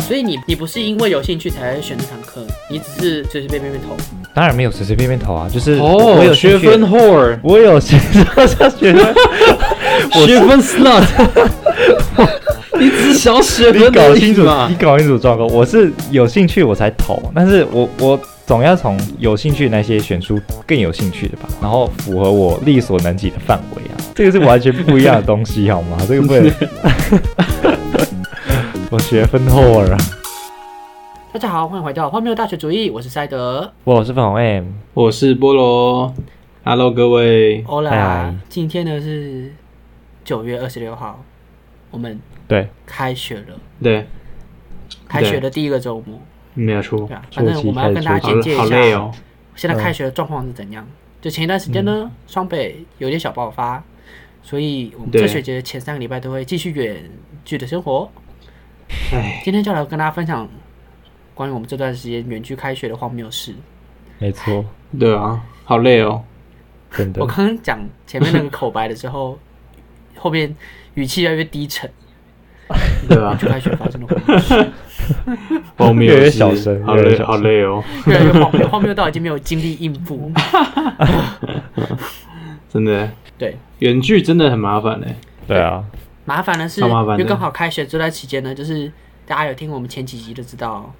所以你你不是因为有兴趣才选这堂课，你只是随随便便投。当然没有随随便便投啊，就是我哦，有学兴趣分 whore，我有学 学分，我学分 slut，你只是想学你分搞啊而已清楚，嘛你？搞清楚状况。我是有兴趣我才投，但是我我总要从有兴趣那些选出更有兴趣的吧，然后符合我力所能及的范围啊。这个是完全不一样的东西， 好吗？这个不能。我学分后啊，大家好，欢迎回到荒谬大学主义，我是塞德我是粉红 M，我是菠萝，Hello 各位，欧啦嗨。今天呢是九月二十六号，我们对，开学了，对，哦开学的第一个周末，没有错对，啊，反正我们要跟大家好简介一好下、累哦，嗯现在开学的状况是怎样。就前一段时间呢，双北有点小爆发，所以我们对这学期的前三个礼拜都会继续远距的生活。哎，今天就来跟大家分享关于我们这段时间远距开学的荒谬事。没错，对啊，好累哦，真的我。刚刚讲前面那个口白的时候， 后面语气越来越低沉，对啊就，开学发生了荒谬事，荒谬越来越是小声好越来越累，小好累哦，越来越荒谬，荒谬到已经没有精力应 付。真的，对，远距真的很麻烦哎，对啊，麻烦的是，超麻烦因为的刚好开学这段期间呢，就是大家有听我们前几集就知道，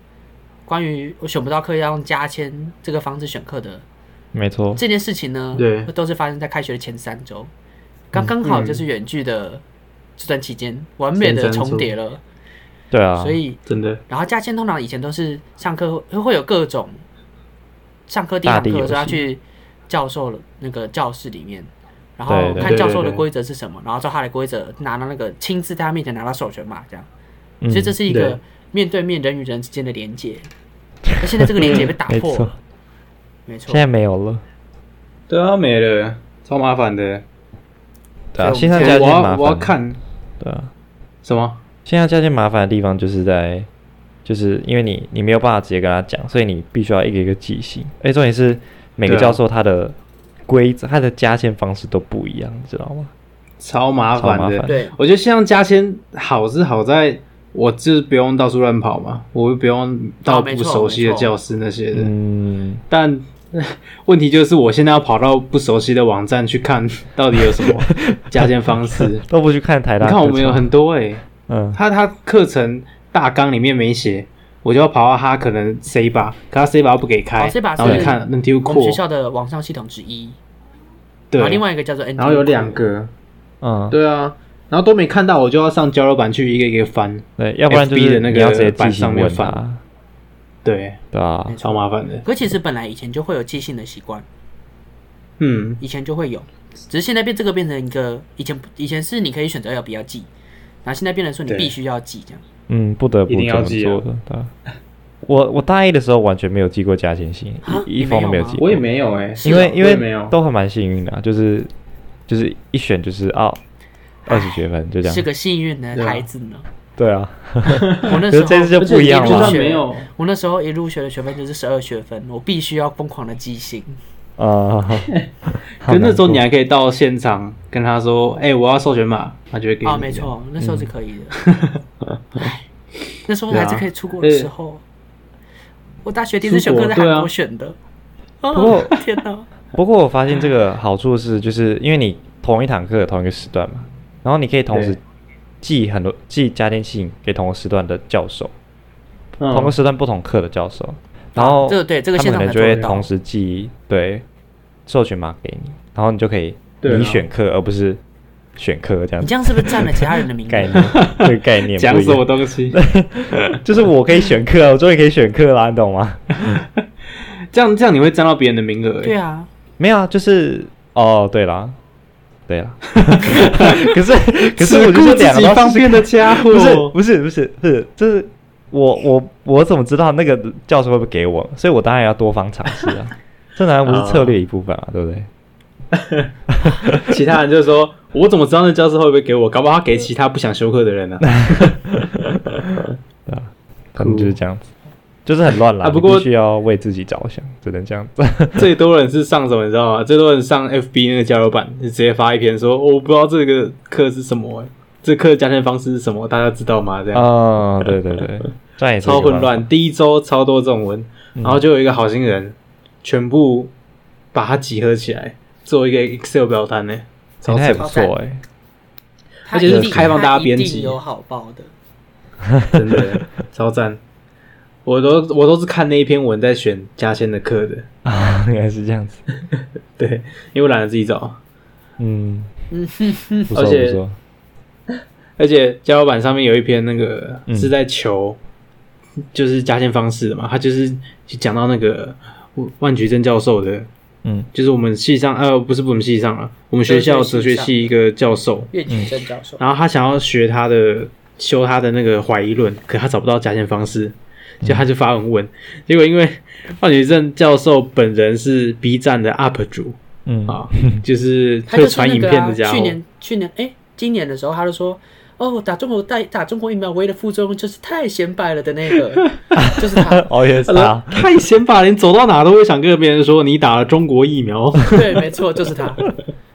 关于我选不到课要用加签这个方式选课的没错，这件事情呢，对嗯都是发生在开学的前三周，刚刚好就是远距的这段期间，完美的前三周重叠了，对啊，所以真的，然后假期通常以前都是上课会会有各种上课第一堂大地游课戏就要去教授的那个教室里面，然对后对看教授对的对对规则是什么，然后照他的规则拿到那个亲自在他面前拿到授权码这样，嗯所以这是一对个面对面人与人之间的连接。那现在这个连接被打没破错了，，没错现，在没有了。对啊，没了，超麻烦的，对所以我们啊，线我上加我进麻要我要烦。看对啊，什么？线上加进麻烦的地方就是在，就是因为你你没有办法直接跟他讲，所以你必须要一个一个记性。而且重点是每个对啊教授他的规则、他的加线方式都不一样，你知道吗？超麻超烦麻的，烦。对，我觉得像加签好是好在，我就是不用到处乱跑嘛，我不用到哦没不错熟悉的没错教室那些的。嗯，但 问题就是，我现在要跑到不熟悉的网站去看 到底有什么加签方 式。都不去看台你大。看，我们有很多诶、嗯，他他课程大纲里面没写，我就要跑到他可能 C 吧，可他 C 吧不给开，哦，C 吧然后是你看 NTU 我们学 Core，校的网上系统之一，然后对，另外一个叫做 N，然后有两，个，嗯，对啊，然后都没看到，我就要上交流版去一个一个翻，对，要不然就 FB 是的那个你要直接板记上性面问放他，对，对啊，超麻烦的。可其实本来以前就会有记性的习惯。嗯，以前就会有，只是现在变这个变成一个以前不以前是你可以选择要不要记，然后现在变成说你对必须要记这样。嗯，不得不一这定要么记啊做的。对啊，我我大一的时候完全没有记过加线性啊，一你一封都没没有有吗记过。我也没有哎、是因为哦因我为也没有都还蛮幸运的啊、就是就是一选就是哦二十学分就这是样，个幸运的对啊孩子呢。对啊，我那可时是候这次就不一样而且你就了算啊、没有我那时候一入学的学分就是十二学分，我必须要疯狂的记性。啊好可是那时候难你还可以到现场跟他说：“哎、我要授权码。”他就会给你。啊，没。错，那时候是可以的。嗯唉那时候啊还是可以出国的时候，我大学第一次选课是出国对啊韩国选的。啊不过，天哪！过不过我发现这个好处是，就是因为你同一堂课同一个时段嘛，然后你可以同时对记很多记家电信给同个时段的教授，嗯同个时段不同课的教授，然后、啊这个对这个他现们可场能才就做会得到同时记对授权码给你，然后你就可以对啊你选课而不是选课这样你子这。样是不是占了其他人的名 概额？念，这个概念讲不一什么样，东西？就是我可以选课，我终于可以选课啦，你懂吗？这样这样你会占到别人的名额、欸。对啊，没有啊，就是哦，对啦，对啦， 可是可是只我就顾是自两个己都方是便的家伙。 不是不是不是不是，就是我我我怎么知道那个教授会不会给我？所以我当然要多方尝试 啊，这当然不是策略一部分啊，对不对？其他人就说：“我怎么知道那教室会不会给我？搞不好他给其他不想修课的人呢、 啊。可能就是这样子，就是很乱啦。嗯啊你不过必须要为自己着想，只能这样 子。”最多人是上什么，你知道吗？最多人上 FB 那个交流版，就直接发一篇说：“哦我不知道这个课是什么、欸，这课加签方式是什么，大家知道吗？”这样。啊、对对对，这样也是一超个混办法。乱。第一周超多这种文，嗯然后就有一个好心人，全部把它集合起来，做一个 Excel 表单呢，欸超那也扯，不错哎、 他而且是一定开放大家他一定编辑有好报的。真的超赞。我都我都是看那一篇文在选加签的课的，啊，原来是这样子。对，因为我懒得自己找， 嗯，嗯不错而且不错。而且加油板上面有一篇那个嗯是在求，就是加签方式的嘛，他就是讲到那个万菊珍教授的嗯，就是我们系上，呃，不是我们系上啊，我们学校哲学系一个教授，岳举正教授，然后他想要学他的修他的那个怀疑论，可他找不到加减方式，就他就发文问，结果因为 范举正教授本人是 B 站的 UP 主嗯啊，就是他会就是传那影个片啊的家伙去，年去年哎，今年的时候他就说。哦，打中国带打中国疫苗唯一的副作用就是太显摆了的那个， 就是他。 哦也是他他说，太显把人走到哪都会想跟别人说你打了中国疫苗，对，没错，就是他。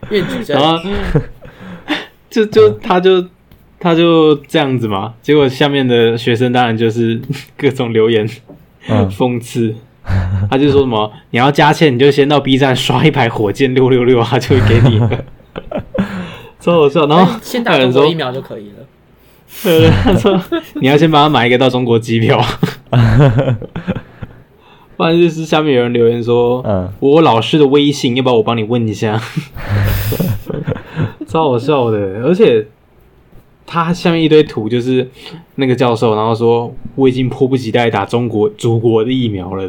岳举正然，后 就就他就他就这样子嘛，结果下面的学生当然就是 各种留言嗯 讽刺，他就说什么你要加签你就先到 B 站刷一排火箭六六六，他就会给你了， 超好笑。然后先还打有人中说国疫，苗就可以了。呃他说 你要先帮他买一个到中国机 票，不然就是下面有人留言说，嗯，我有老师的微信，要不要我帮你问一下？ 超好笑的，而且他下面一堆图就是那个教授，然后说我已经迫不及待打中国祖国的疫苗了。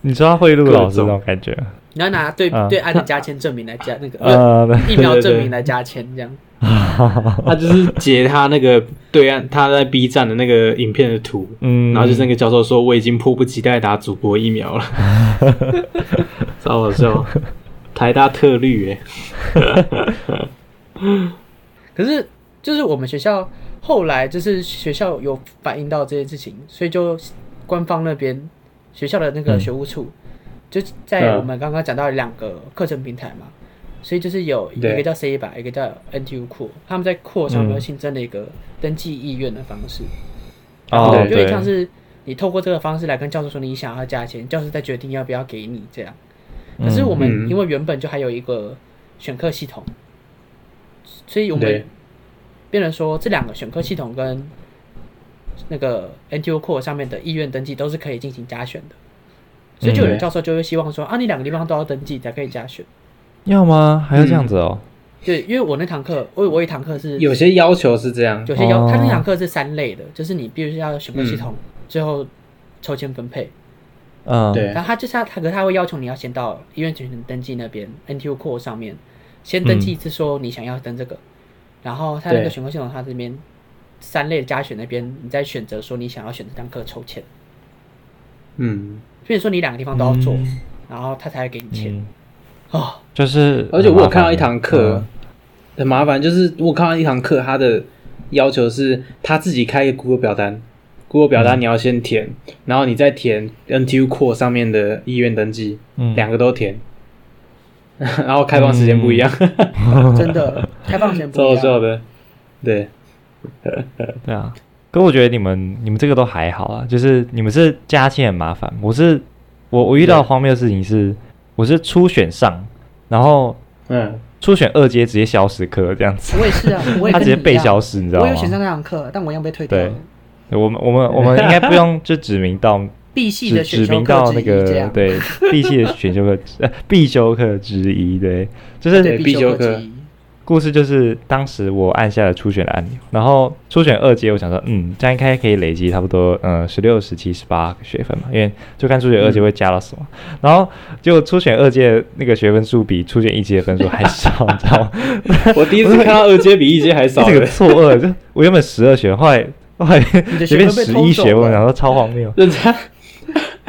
你说他贿赂老师那各种种感觉，你要拿对啊对岸的加签证明来加那个呃，疫苗证明来加签，这样他就是截他那个对岸他在 B 站的那个影片的图，嗯，然后就是那个教授说我已经迫不及待打祖国疫苗 了，超好笑，台大特绿哎、可是就是我们学校后来就是学校有反映到这件事情，所以就官方那边学校的那个嗯学务处、就在嗯我们刚刚讲到两个课程平台嘛，所以就是有一对个叫 C 一百，一个叫 NTU 扩，他们在扩上面嗯新增了一个登记意愿的方式，哦对，有对点像是你透过这个方式来跟教授说你想要加钱，教授再决定要不要给你这样。可是我们嗯因为原本就还有一个选课系统，所以我们对变成说这两个选课系统跟那个 NTU Core 上面的意愿登记都是可以进行加选的，所以就有嗯教授就会希望说啊，你两个地方都要登记才可以加选。要吗？还要这样子哦？对，因为我那堂课，我我有一堂课是有些要求是这样，有些要，哦他那堂课是三类的，就是你必须要有选课系统，嗯最后抽签分配。嗯，对然后他就是他，他可是他会要求你要先到医院全程登记那边 NTU Core 上面先登记一次，说你想要登这个，然后他那个对选课系统，他这边三类加选那边，你再选择说你想要选这堂课抽签，嗯，所以说你两个地方都要做，嗯然后他才会给你钱嗯，哦。就是，而且我有看到一堂课，很麻烦，就是我看到一堂课，他的要求是他自己开一个 Google 表单，Google 表嗯单你要先填，然后你再填 NTU Core 上面的意愿登记，嗯，两、个都填， 然后开放时间不一样，嗯哦真的，开放前不 超一好样 笑的。对，对啊，可我觉得你们你们这个都还好啊，就是你们是加签很麻烦，我是我我遇到对荒谬的事情是，我是初选上，然后 嗯，初选二阶直接消失课这样子，我也是啊，我也他跟你一直接样被消失，你知道我吗有？选上那堂课，但我一样被退掉了啊对。我们我们我们应该不用就指名道必 系指的选指修名课到之那一，这个样对必系的选修课之呃必修课之一，对，就对是必必修修课之一。故事就是当时我按下了初选的按钮，然后初选二阶，我想说，嗯，这样应该可以累积差不多嗯十六、十七、十八个学分嘛，因为就看初选二嗯阶会加到什么，然后结果初选二阶的那个学分数比初选一阶的分数还少，你知 道吗？我第一次看到二阶比一阶还少 欸这个的，错愕，就我原本十二学分，后来后来你的随学便分被十偷一走学分，了然后超荒谬，人家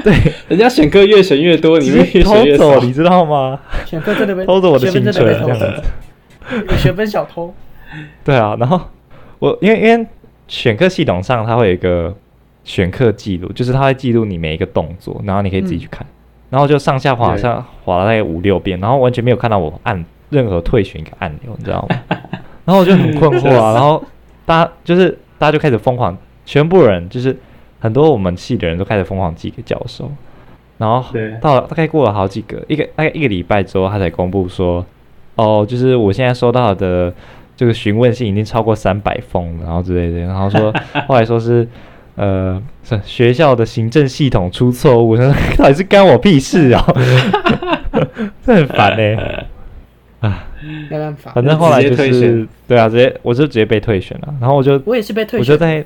对，人家选课越选越多， 你们直接越偷选越少走，。你知道吗？ 选课真的被偷走我的学分青真春被这偷样走子了。有 学分小偷，对啊，然后我因为因为选课系统上它会有一个选课记录，就是它会记录你每一个动作，然后你可以自己去看，然后就上下滑对上滑了大概五六遍，然后完全没有看到我按任何退选一个按钮，你知道吗？然后我就很困惑啊，然后大家就是大家就开始疯狂全部人就是很多我们系的人都开始疯狂寄给教授，然后对到了大概过了好几个一个大概一个礼拜之后，他才公布说，哦，就是我现在收到的这个询问信已经超过三百封了，然后之类的，然后 说后来说是。呃，是学校的行政系统出错误，我说 到底是干我屁事哦， 这很烦呢、没办法，反正后来就直接退是选对啊，直接我就直接被退选了，然后我就我也是被退我学就。在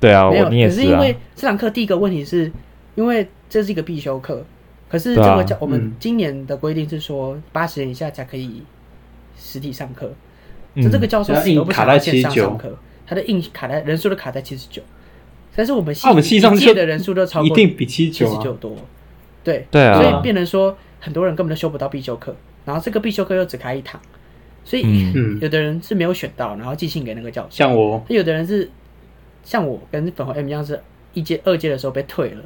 对啊，没有，我你也可是啊因为这堂课第一个问题是，因为这是一个必修课，可是这对啊个教、我们嗯今年的规定是说八十人以下才可以实体上课，嗯就这个教授他死都硬不卡想在要线上79上课，他的硬卡在人数都卡在七十九，但是我们系、啊我们系上一就届的人数都超一过定比七七九十啊九，多，对对啊所以变成说很多人根本就修不到必修课，然后这个必修课又只开一堂，所以嗯嗯，有的人是没有选到，然后寄信给那个教授。像我，那有的人是像我跟粉红 M 一样，是一届、二届的时候被退了，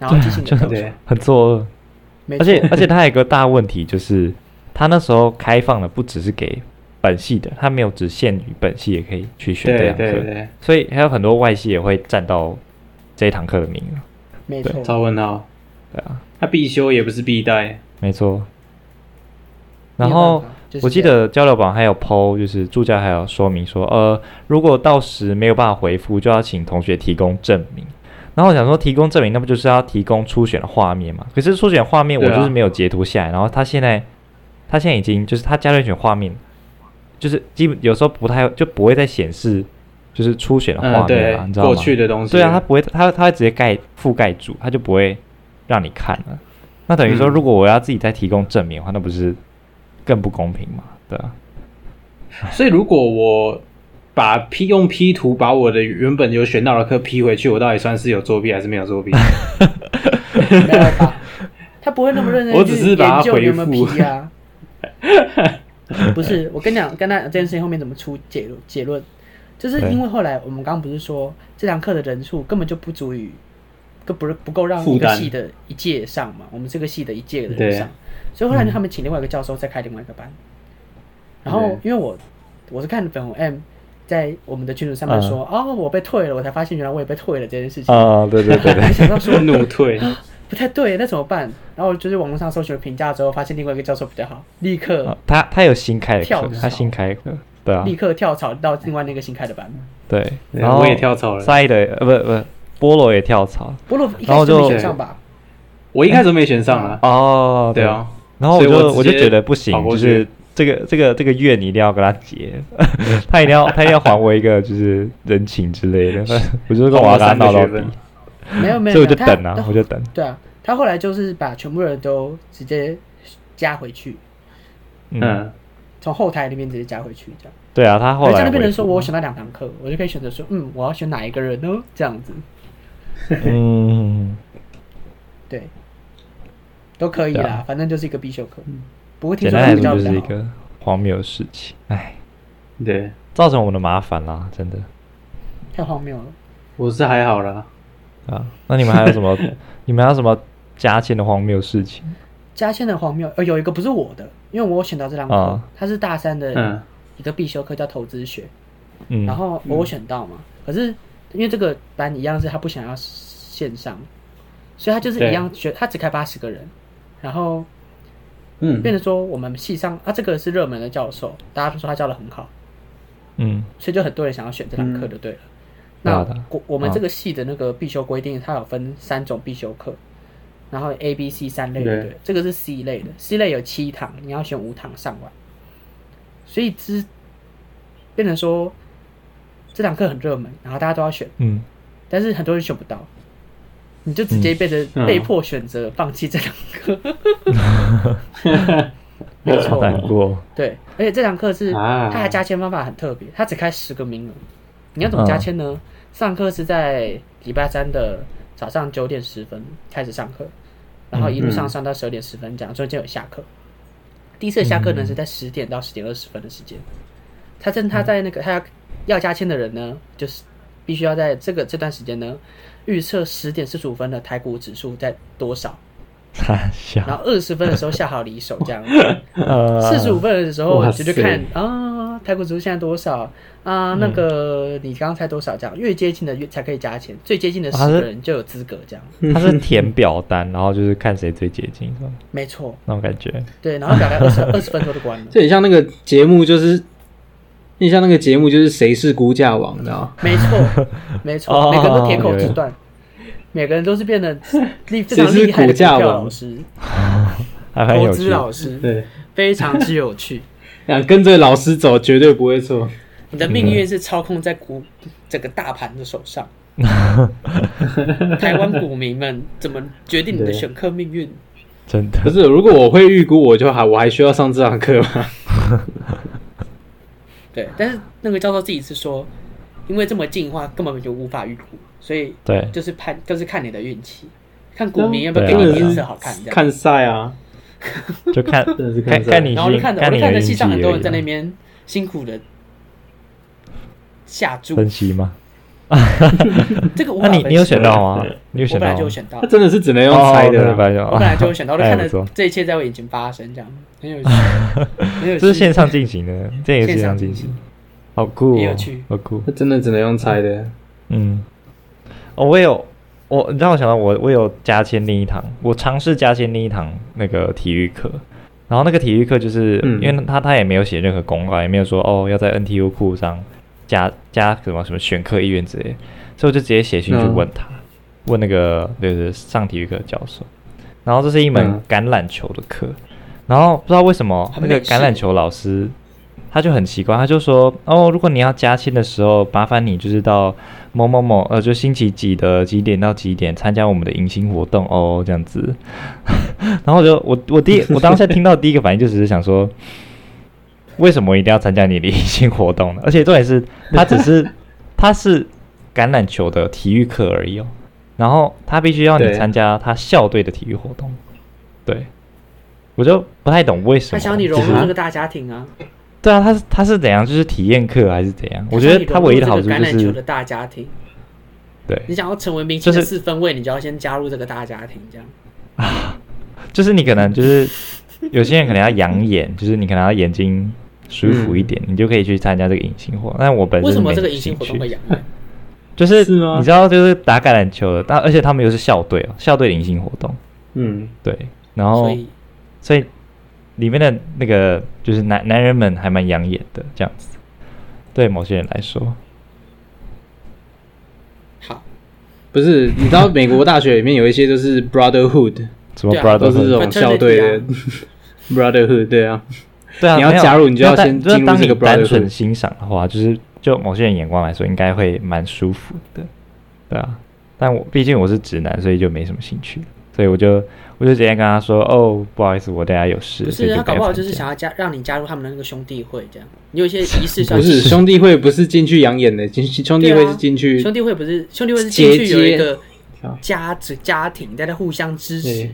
然后寄信给教授对，很作恶，没啊而错且而且他有一个大问题就是，他那时候开放的不只是给本系的，他没有只限于本系也可以去选这对堂对课，对，所以还有很多外系也会占到这一堂课的名额，没超错，问号，对啊，他必修也不是必带，没错。然后没有办法就是我记这样得交流榜还有 PO，就是助教还有说明说，呃，如果到时没有办法回复，就要请同学提供证明。然后我想说，提供证明，那不就是要提供初选的画面嘛？可是初选画面我对啊就是没有截图下来，然后他现在他现在已经就是他加入选画面，就是基本有时候不太就不会再显示就是初选的嗯，画面对了，，你知道过吗？去的东西，对啊，它不会，它它会直接盖覆盖住，它就不会让你看了。那等于说，嗯如果我要自己再提供证明的话，那不是更不公平吗？对啊，所以如果我把 P 用 P 图把我的原本有选到的课 P 回去，我到底算是有作弊还是没 有作弊？没有吧？他不会那么认真，嗯我只是把它研究你有没有回复皮 啊。不是，我跟你讲，跟他讲这件事情后面怎么出结论？结论就是因为后来我们刚刚不是说这堂课的人数根本就不足以，都不是不够让一负个担系的一届上嘛，我们这个系的一届的人对上，所以后来他们请另外一个教授再开另外一个班，嗯然后因为我我是看粉红 M 在我们的群组上面说，嗯哦，我被退了，我才发现原来我也被退了这件事情，啊、对对 对对没想到说怒退，不太对，那怎么办？然后就是网络上搜寻了评价之后，发现另外一个教授比较好，立刻、啊，他他有新开的课跳，槽他新开的课，对啊立，刻跳槽到另外那个新开的班。对。对 然后我也跳槽了塞的呃不不，菠萝也跳槽。菠萝一然开后始就就没选上吧？我一开始没选上啊，哦，对。啊，然后我所以就我我直就接觉得不行跑，过就是去这个这个这个月你一定要跟他结， 他一定要他一定要还我一个就是人情之类的，我就跟我要跟他还我三个闹到学底分。没有没有，所以我就没有等啊他，我就等。对啊，他后来就是把全部人都直接加回去，嗯，嗯，从后台里面直接加回去这样。对啊，他后这来哎样就变成回复说我选到两堂课，我就可以选择说，嗯，我要选哪一个人呢？这样子，嗯，对，都可以对啦，啊嗯反正就是一个必修课。不过听简说单来比较说就比较是一好个荒谬的事情，哎，对，造成我们的麻烦啦，真的太荒谬了。我是还好啦，啊。那你们还有什 么？你们还有什么加签的荒谬事情？嘉县的荒谬，呃，有一个不是我的，因为我有选到这堂课，啊它是大三的嗯一个必修课叫投资学，嗯，然后我选到嘛，嗯可是因为这个班一样是他不想要线上，所以他就是对一样学，他只开八十个人，然后嗯，变成说我们系上啊这个是热门的教授，大家都说他教的很好，嗯，所以就很多人想要选这堂课就对了。那那我我们这个系的那个必修规定，它有分三种必修课，然后 A、B、C 三类对对不对，这个是 C 类的，C 类有七堂，你要选五堂上完，所以之变成说这堂课很热门，然后大家都要选，嗯，但是很多人选不到，你就直接被着、嗯被迫选择放弃这堂课， 没好错，难过。对，而且这堂课是啊它还加签方法很特别，它只开十个名额。你要怎么加签呢？上课是在礼拜三的早上九点十分开始上课，然后一路上上到十二点十分，这样中间有下课。第一次的下课呢嗯是在十点到十点二十分的时间。他正他在那个他要要加签的人呢，就是必须要在这个这段时间呢，预测十点四十五分的台股指数在多少，傻笑。然后二十分的时候下好离手这样。呃，四十五分的时候啊哇你就看塞嗯啊，啊，台股指数现在多少啊？那个你刚才多少这样，越接近的越才可以加钱，最接近的十哇个这人就有资格这样。他是填表单，然后就是看谁最接近，是吧没错，那种感觉。对，然后表达 二十二十分钟就关了，这很像那个节目，就是你像那个节目，就是谁是估价王，你知道吗？没 错，没哦错，每个人都铁口有直有断，每个人都是 变得厉非谁常是厉害的股股价票王老师、还蛮投有资趣的。老师，对，非常之有 趣。想跟着老师走，绝对不会错。你的命运是操控在股整个大盘的手 上。台湾股民们怎么决定你的对选课命运？真的不是，如果我会预估，我就还我还需要上这堂课吗？对，但是那个教授自己是说，因为这么进化根本就无法预估，所以对，就是判就是看你的运气，看股民要不要给对啊你真颜的色是好看这样。看赛啊，就 看真的是看看看你然后就运看着，我看就你的看着运戏气上很多而人在那已。啊边辛苦的下注，分析吗？这个无那法你分你有析选到吗对？你有我选本来到就吗有？选到他，真的是只能用哦猜对的啦。反正我本来就有选到，我就哎看不错着这一切在我眼前发生，这样很 有趣，很有这是趣线。上进行的，这也是线线上上进进行行，好酷、哦，也有趣好酷。他真的只能用猜的。嗯，哦，我有我，你让我想到我，我有加签另一堂，我尝试加签另一堂那个体育课，然后那个体育课就是、嗯因为他他也没有写任何公告，也没有说哦要在 NTU 库上加加什么什么选课意愿之类的，所以我就直接写信去嗯问他，问那个就是上体育课的教授，然后这是一门嗯橄榄球的课，然后不知道为什么很那个美式橄榄球老师他就很奇怪，他就说哦，如果你要加签的时候，麻烦你就是到某某某呃，就星期几的几点到几点参加我们的迎新活动哦，这样子。 然后我就我我第一我当下听到第一个反应就只是想说，为什么我一定要参加你的迎新活动呢？而且重点是，他只是他是橄榄球的体育课而已哦，然后他必须要你对参加他校队的体育活动，对。我就不太懂为什他么，想要你融入这个大家庭啊！对啊，他是他是怎样？就是体验课还是怎样？想我觉要得你他融入唯一的这好个处橄就榄球是的大家庭，对，你想要成为明星的就是四分卫，你就要先加入这个大家庭，这样。就是你可能就是有些人可能要养眼，就是你可能要眼睛舒服一点，你就可以去参加这个隐形活动。但我本身嗯为什么没这个兴迎新活动趣会养 眼？就是是吗你知道就是打橄榄球的，但而且他们又是校队哦，校队的隐形活动，嗯，对，然后所所以以里面的那个就是男男人们还蛮养眼的这样子，对某些人来说，好，不是，你知道美国大学里面有一些就是 brotherhood，什么对啊 brother 都是这种校队的啊 brotherhood，对啊，对啊，你要没有加入你就要那但先就是进入当这你个单 brotherhood 纯欣赏的话，就是就某些人眼光来说，应该会蛮舒服的，对啊。但我毕竟我是直男，所以就没什么兴趣，所以我就我就直接跟他说：“哦，不好意思，我等下有事。”不所以是就他搞不好就是没有参加想要加让你加入他们的那个兄弟会，这样。你有一些仪式上 不是兄弟会，不是进去养眼的，进兄弟会对啊是进去兄弟会不是兄弟会是进去结有一接个啊家子家庭，大家互相支持对。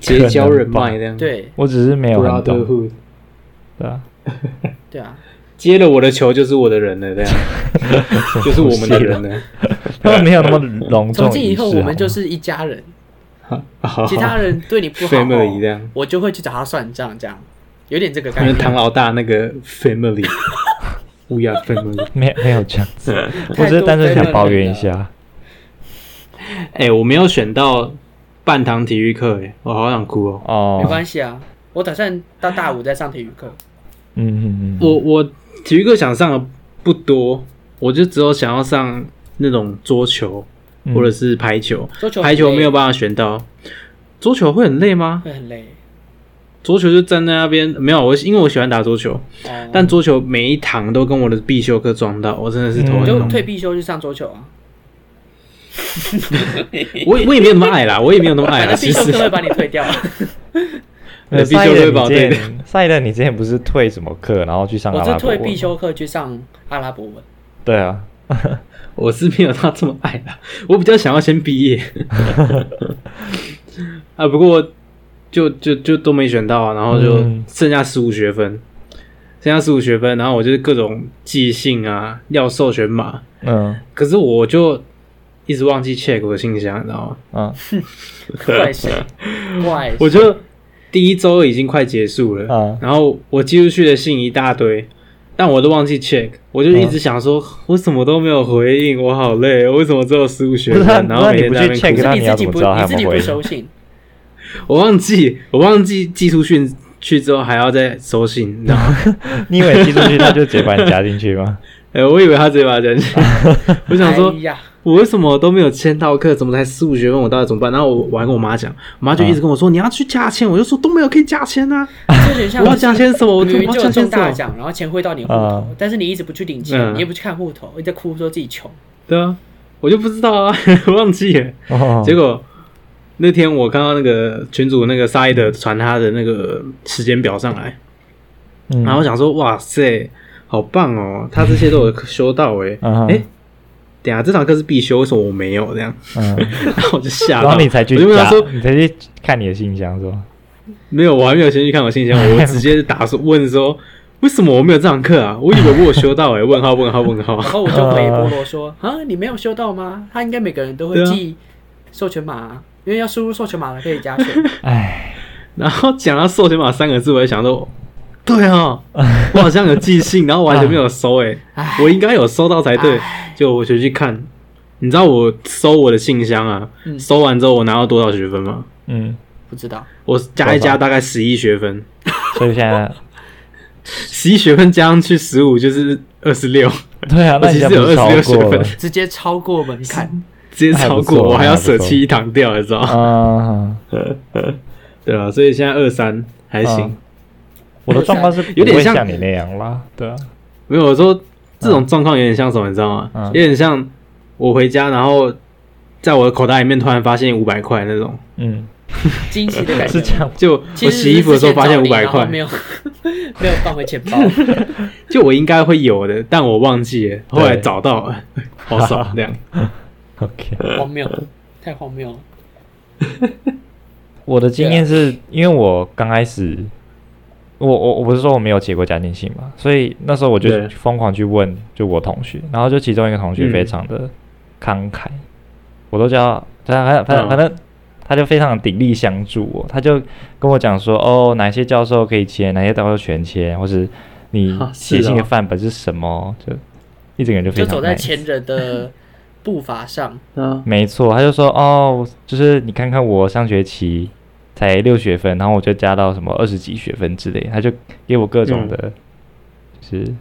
结交人脉这样。对我只是没有很懂， ，brotherhood，对啊，对啊，接了我的球就是我的人 了，这样就是我们的人了。他们没有那么隆重 从的今仪以式啊后我们就好吗是一家 人，好其他人对你不好，哦 family 这样，我就会去找他算账，这样有点这个因概为念。唐老大那个 family，we are family。没有没有这样 子，我多只是单纯想抱怨一非下。哎、我没有选到半堂体育课，哎，我好想哭哦。哦没，关系啊，我打算到大五再上体育课。嗯嗯嗯，我我体育课想上的不多，我就只有想要上那种桌球嗯或者是排球，桌球很排球没有累办法选到。桌球会很累吗？会很累，桌球就站在那边，没有我，因为我喜欢打桌球，哦但桌球每一堂都跟我的必修课撞到，我真的是嗯头你很就痛。退必修去上桌球啊，我也我也没有那么爱啦，我也没有那哎么爱反啦，正 必其修实课会把你退掉。啊那必修呃赛德都会你把我之对前赛德你之前不是退什么课，然后去上阿我是拉伯退文必吗修课去上阿拉伯 文，对啊，我是没有他这么爱啦，我比较想要先毕业。啊，不过就就就都没选到啊，然后就嗯剩下十五学分，剩下十五学分，然后我就是各种寄信啊，要授权码，嗯可是我就一直忘记 check 我的信箱，你知道吗？嗯怪谁？怪我就第一周已经快结束了，啊然后我寄出去的信一大堆，但我都忘记 check，我就一嗯直想说，我什么都没有回应，我好累，我为什么只有十 五学分？不是啊然后每天在那不是啊边你是你自己不去 check 他你要怎么哭不知道他你有自没己有不回应收信，我忘记，我忘记寄出讯去之后还要再收信，你知道 吗？你以为寄出去他就直接把你夹进去 吗？哎、我以为他直接把它讲起来， 我想说哎，呀，我为什么都没有签到课？怎么才十五学分？我到底怎么办？然后我我还跟我妈讲，我妈就嗯一直跟我说、你要去加签，我就说都没有可以加签 啊，这就像我要加签什么？我明明我就要加有签中什大么？奖，然后钱汇到你户头，但是你一直不去领钱，啊嗯你也不去看户头，一直在哭说自己 穷。对啊，我就不知道啊， 我忘记了。哦，结果那天我看到那个群主那个沙伊德传他的那个时间表上来，嗯然后我想说哇塞，好棒哦，他这些都有修到诶、欸。嗯哼诶等一下这堂课是必修，为什么我没有这样？ 嗯，然后我就吓然到，后你才去我就跟夹他说，你才去看你的信箱是吧？没有，我还没有先去看我 信箱，我直接打说问说，为什么我没有这堂课啊？我以为我有修到哎、问号问号问然号。后我就回菠萝说：“ 啊，你没有修到吗？他应该每个人都会对啊记授权码啊，因为要输入授权码才可以加权。 哎，然后讲到授权码三个字，我就想说，对哦，我好像有寄信，然后完全没有收哎、唉我应该有收到才对唉。就我回去看，你知道我收我的信箱啊，嗯收完之后我拿到多少学分吗？嗯，不知道，我加一加大概十一学分，所以现 在十一学分加上去十五就是二十六，对啊，那你这样不是我其实超有过26了学直接超过门槛，直接那还超不过，错我还要那还不错舍弃一堂掉，你知道吗？啊？对啊，所以现在二三还行。嗯我的状况是 有点不会像像你那样啦，对啊，没有，我说这种状况有点像什么，你知道吗？嗯有点像我回家，然后在我的口袋里面突然发现五百块那种。嗯， 惊喜的感觉是这样。就其我实是洗衣服的时候发现之五前找百你然后块没，有没有 放回钱包，就我应该会有的，但我忘记了，后来找 到了，好爽这样。OK，荒谬，太荒谬了。我的经啊验是因为我刚开始，我我我不是说我没有写过家庭信嘛，所以那时候我就对疯狂去问，就我同学，然后就其中一个同学嗯非常的慷慨，我都叫他，反正反正嗯反正他就非常地鼎力相助我，他就跟我讲说，哦，哪些教授可以签，哪些教授全签，或是你啊是写信的哦范本是什么，就一整个人就非就常走在 nice 前人的步伐 上，嗯，没错，他就说哦，就是你看看我上学期才六学分，然后我就加到什么二十几学分之类，他就给我各种的，嗯就是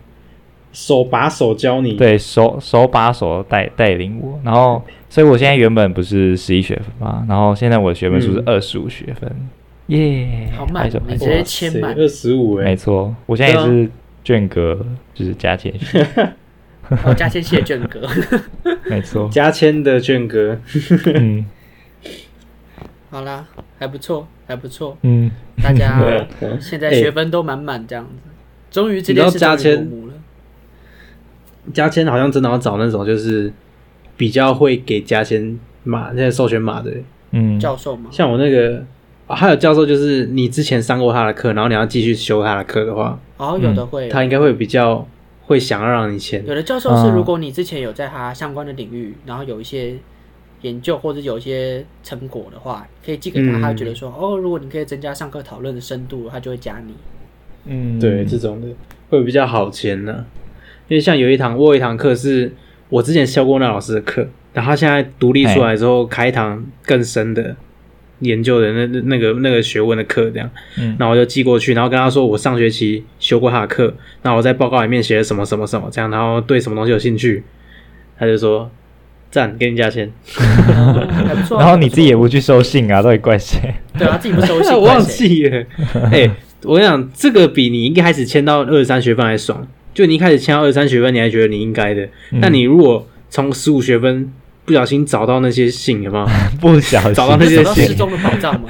手把手教你，，对手手把手带带领我，然后所以我现在原本不是十一学分嘛，然后现在我的学分数是嗯二十五学分，耶、好拍满手，哦拍你手直接签满二十五啊没哎，错，我现在也对啊是卷格，就是加 钱学，然后哦加签谢卷哥。没错，加签的卷格，嗯 好啦，还不错，还不错，嗯，大 家对啊现在学分都满满这样子，哎终于这你件事知道加终于落签幕了。加签好像真的要找那种就是比较会给加签码那些授权码的，嗯，教授嘛，像我那个。啊还有教授，就是你之前上过他的课，然后你要继续修他的课的话，哦，有的嗯会，他应该会比较会想要让你签。有的教授是，嗯如果你之前有在他相关的领域，然后有一些研究或者有一些成果的话，可以寄给他，嗯他会觉得说，哦，如果你可以增加上课讨论的深度，他就会 加你。嗯，对这种的会比较好签呢、因为像有一堂我有一堂课是我之前修过那老师的课，然后他现在独立出来之后开一堂更深的研究的那那那个那个学问的课这样，嗯然后我就寄过去，然后跟他说我上学期修过他的课，那我在报告里面写了什么什么什么这样，然后对什么东西有兴趣，他就说赞，给你加签。还不错啊然后你自己也不去收信啊，到底怪谁？对啊，自己不 收信， 我忘怪谁记了。哎、我想这个比你一开始签到二十三学分还爽。就你一开始签到二十三学分，你还觉得你应该的，嗯那你如果从十五学分不小心找到那些信，有没有？不小心找到那你些找到信失踪的宝藏 嘛，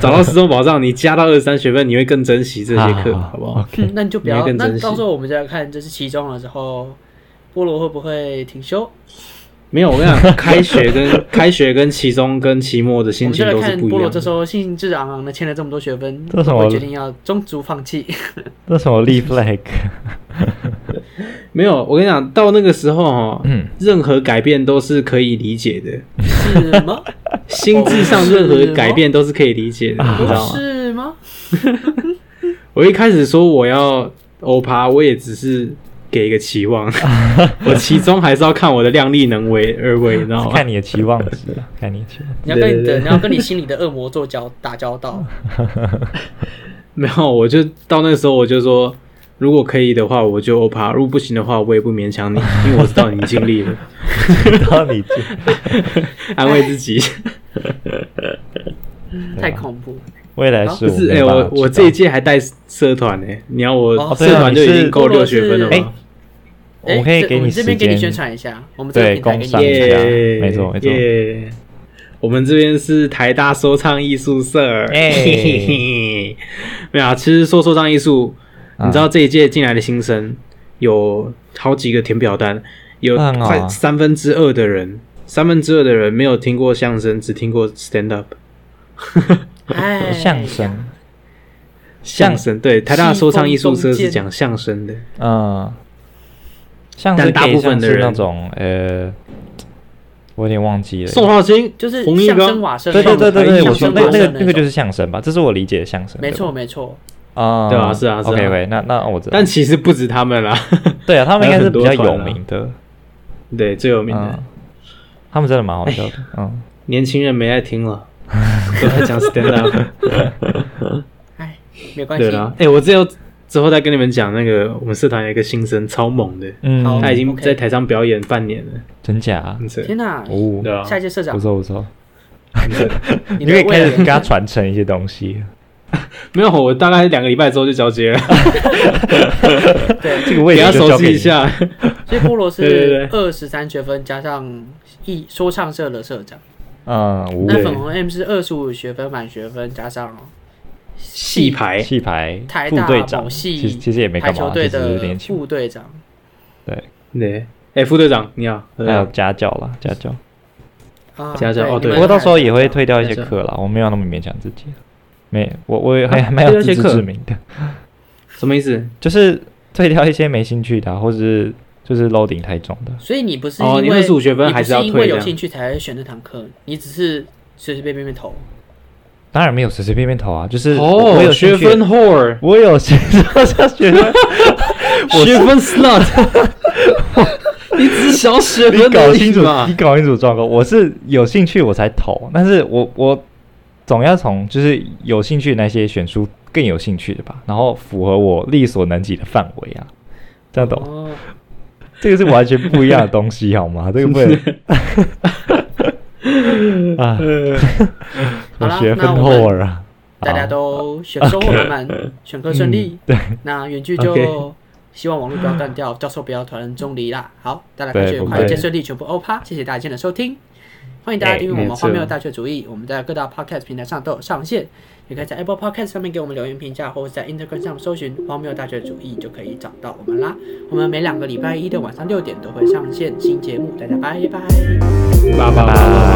找到十种宝藏，你加到二十三学分，你会更珍惜这些课，好 好不好？嗯那你就不你要会，更那珍惜到时候我们再看，这是其中的时候，菠萝会不会停休？没有，我跟你讲，开学跟 开学跟期中跟期末的我心们就情来都是看不一菠萝样这时的。候兴致昂昂的签了这么多学分，这是什么会不会决定要中途放弃。 那什么立 flag，没有，我跟你讲，到那个时候哦，嗯任何改变都是可以理解的，是 吗？心智上任何改变都是啊可以理解的，你知道吗？是吗？我一开始说我要欧趴，我也只是给一个 期望，我其中还是要看我的量力能为而为，你知道吗？看你的期望值啊，看你的期望。你要跟你对对的，对你要跟你心里的恶魔做交打交道。没有，我就到那个时候我就说，如果可以的话，我就欧趴；如果不行的话，我也不勉 强你，因为我知道你尽力了，到你就安慰自己。啊 太恐怖了。未来是不我 是，哎、没办法我我知这道一届还带社团呢、你要我、哦社团就已经够对啊六你是学分了吗？我可以这给我你们这时边给你宣间。传一下，我们这个对，平台工给商你一宣下传。耶，没错没错耶我们这边是台大说唱艺术社，耶嘿嘿哎嘿 没有啊，其实说说唱艺术，啊你知道这一届进来的新生有好几个填表单，有那很好啊快三分之二的人，三分之二的人没有听过相声，只听过 stand up 哎，相声，相声。对，台大说唱艺术社西风中是讲相声的，嗯，像但是大可以部分像的是那人种呃，我有点忘记了。宋浩清就是冯一相刚声瓦舍对对对对对，相我说声相声那那个瓦舍那个就是种相声吧，这是我理解的相声。没对吧错没错，啊，对啊是啊是啊 OK OK，那那我知道但。其实不止他们啦， 对啊，他们应该是比较还有很多有团啊名的，对，最有名的嗯，他们真的蛮好笑的，嗯。年轻人没爱 听了，都在讲 stand up。哎，没关系对，啦，哎、我之后之后再跟你们讲那个我们社团有一个新生超猛的，好他已嗯，经 OK 在台上表演半年了，真假啊很扯。天哪！哦，对啊，下一届社长不，错不错，很扯你你可的以开未始来跟他传承一些东西。没有，我大概两个礼拜之后就交接了，对，这个位给置他就熟交给悉一你。下。所以菠萝对对是二十三学分加上一说唱社的社长，嗯，五那粉红 M 是二十五学分满学分加上哦戏牌，戏牌台副大队长，某系其实其实也没排干球嘛，队就只是的练球，副队长，对，哎、副队长你好，呃还有家教啦，家教。啊，加上哦你啊对们不过到时候也会还退掉一些课啦，我没有那么勉强自己。没，我我也还还蛮有自知之明的，什么意思？就是退掉一些没兴趣的啊，或者是就是 loading 太重的。所以你不是因哦，你为二十五学分你还不是要因退为这有样？兴趣才会选这堂课，你只是随随便便便投。当然没有随随便便投啊，就是我哦，有学兴趣分 whore，我有学学分，我学分 slut，你只是小学你分搞而已清 楚嘛，你搞清楚状况。我是有兴趣我才投，但是我我总要从就是有兴趣的那些选出更有兴趣的吧，然后符合我力所能及的范围啊，这样懂？哦，这个是完全不一样的东西，好吗？这个不能 啊，好我啦学分那后我们哦儿啊，大家好都选收获满满，选课顺利。对，那远距就 OK 希望网络不要断掉，教授不要突然中离啦。好，大家对开学不愉快，会接顺利，全部欧趴。谢谢大家今天的收听，欢迎大家哎订阅我没们错荒谬大学主义，我们在各大 podcast 平台上都有上线，也可以在 Apple Podcast 上面给我们留言评价，或者在 Instagram 上搜寻荒谬大学主义就可以找到我们啦。我们每两个礼拜一的晚上六点都会上线新节目，大家拜拜。爸爸。拜拜。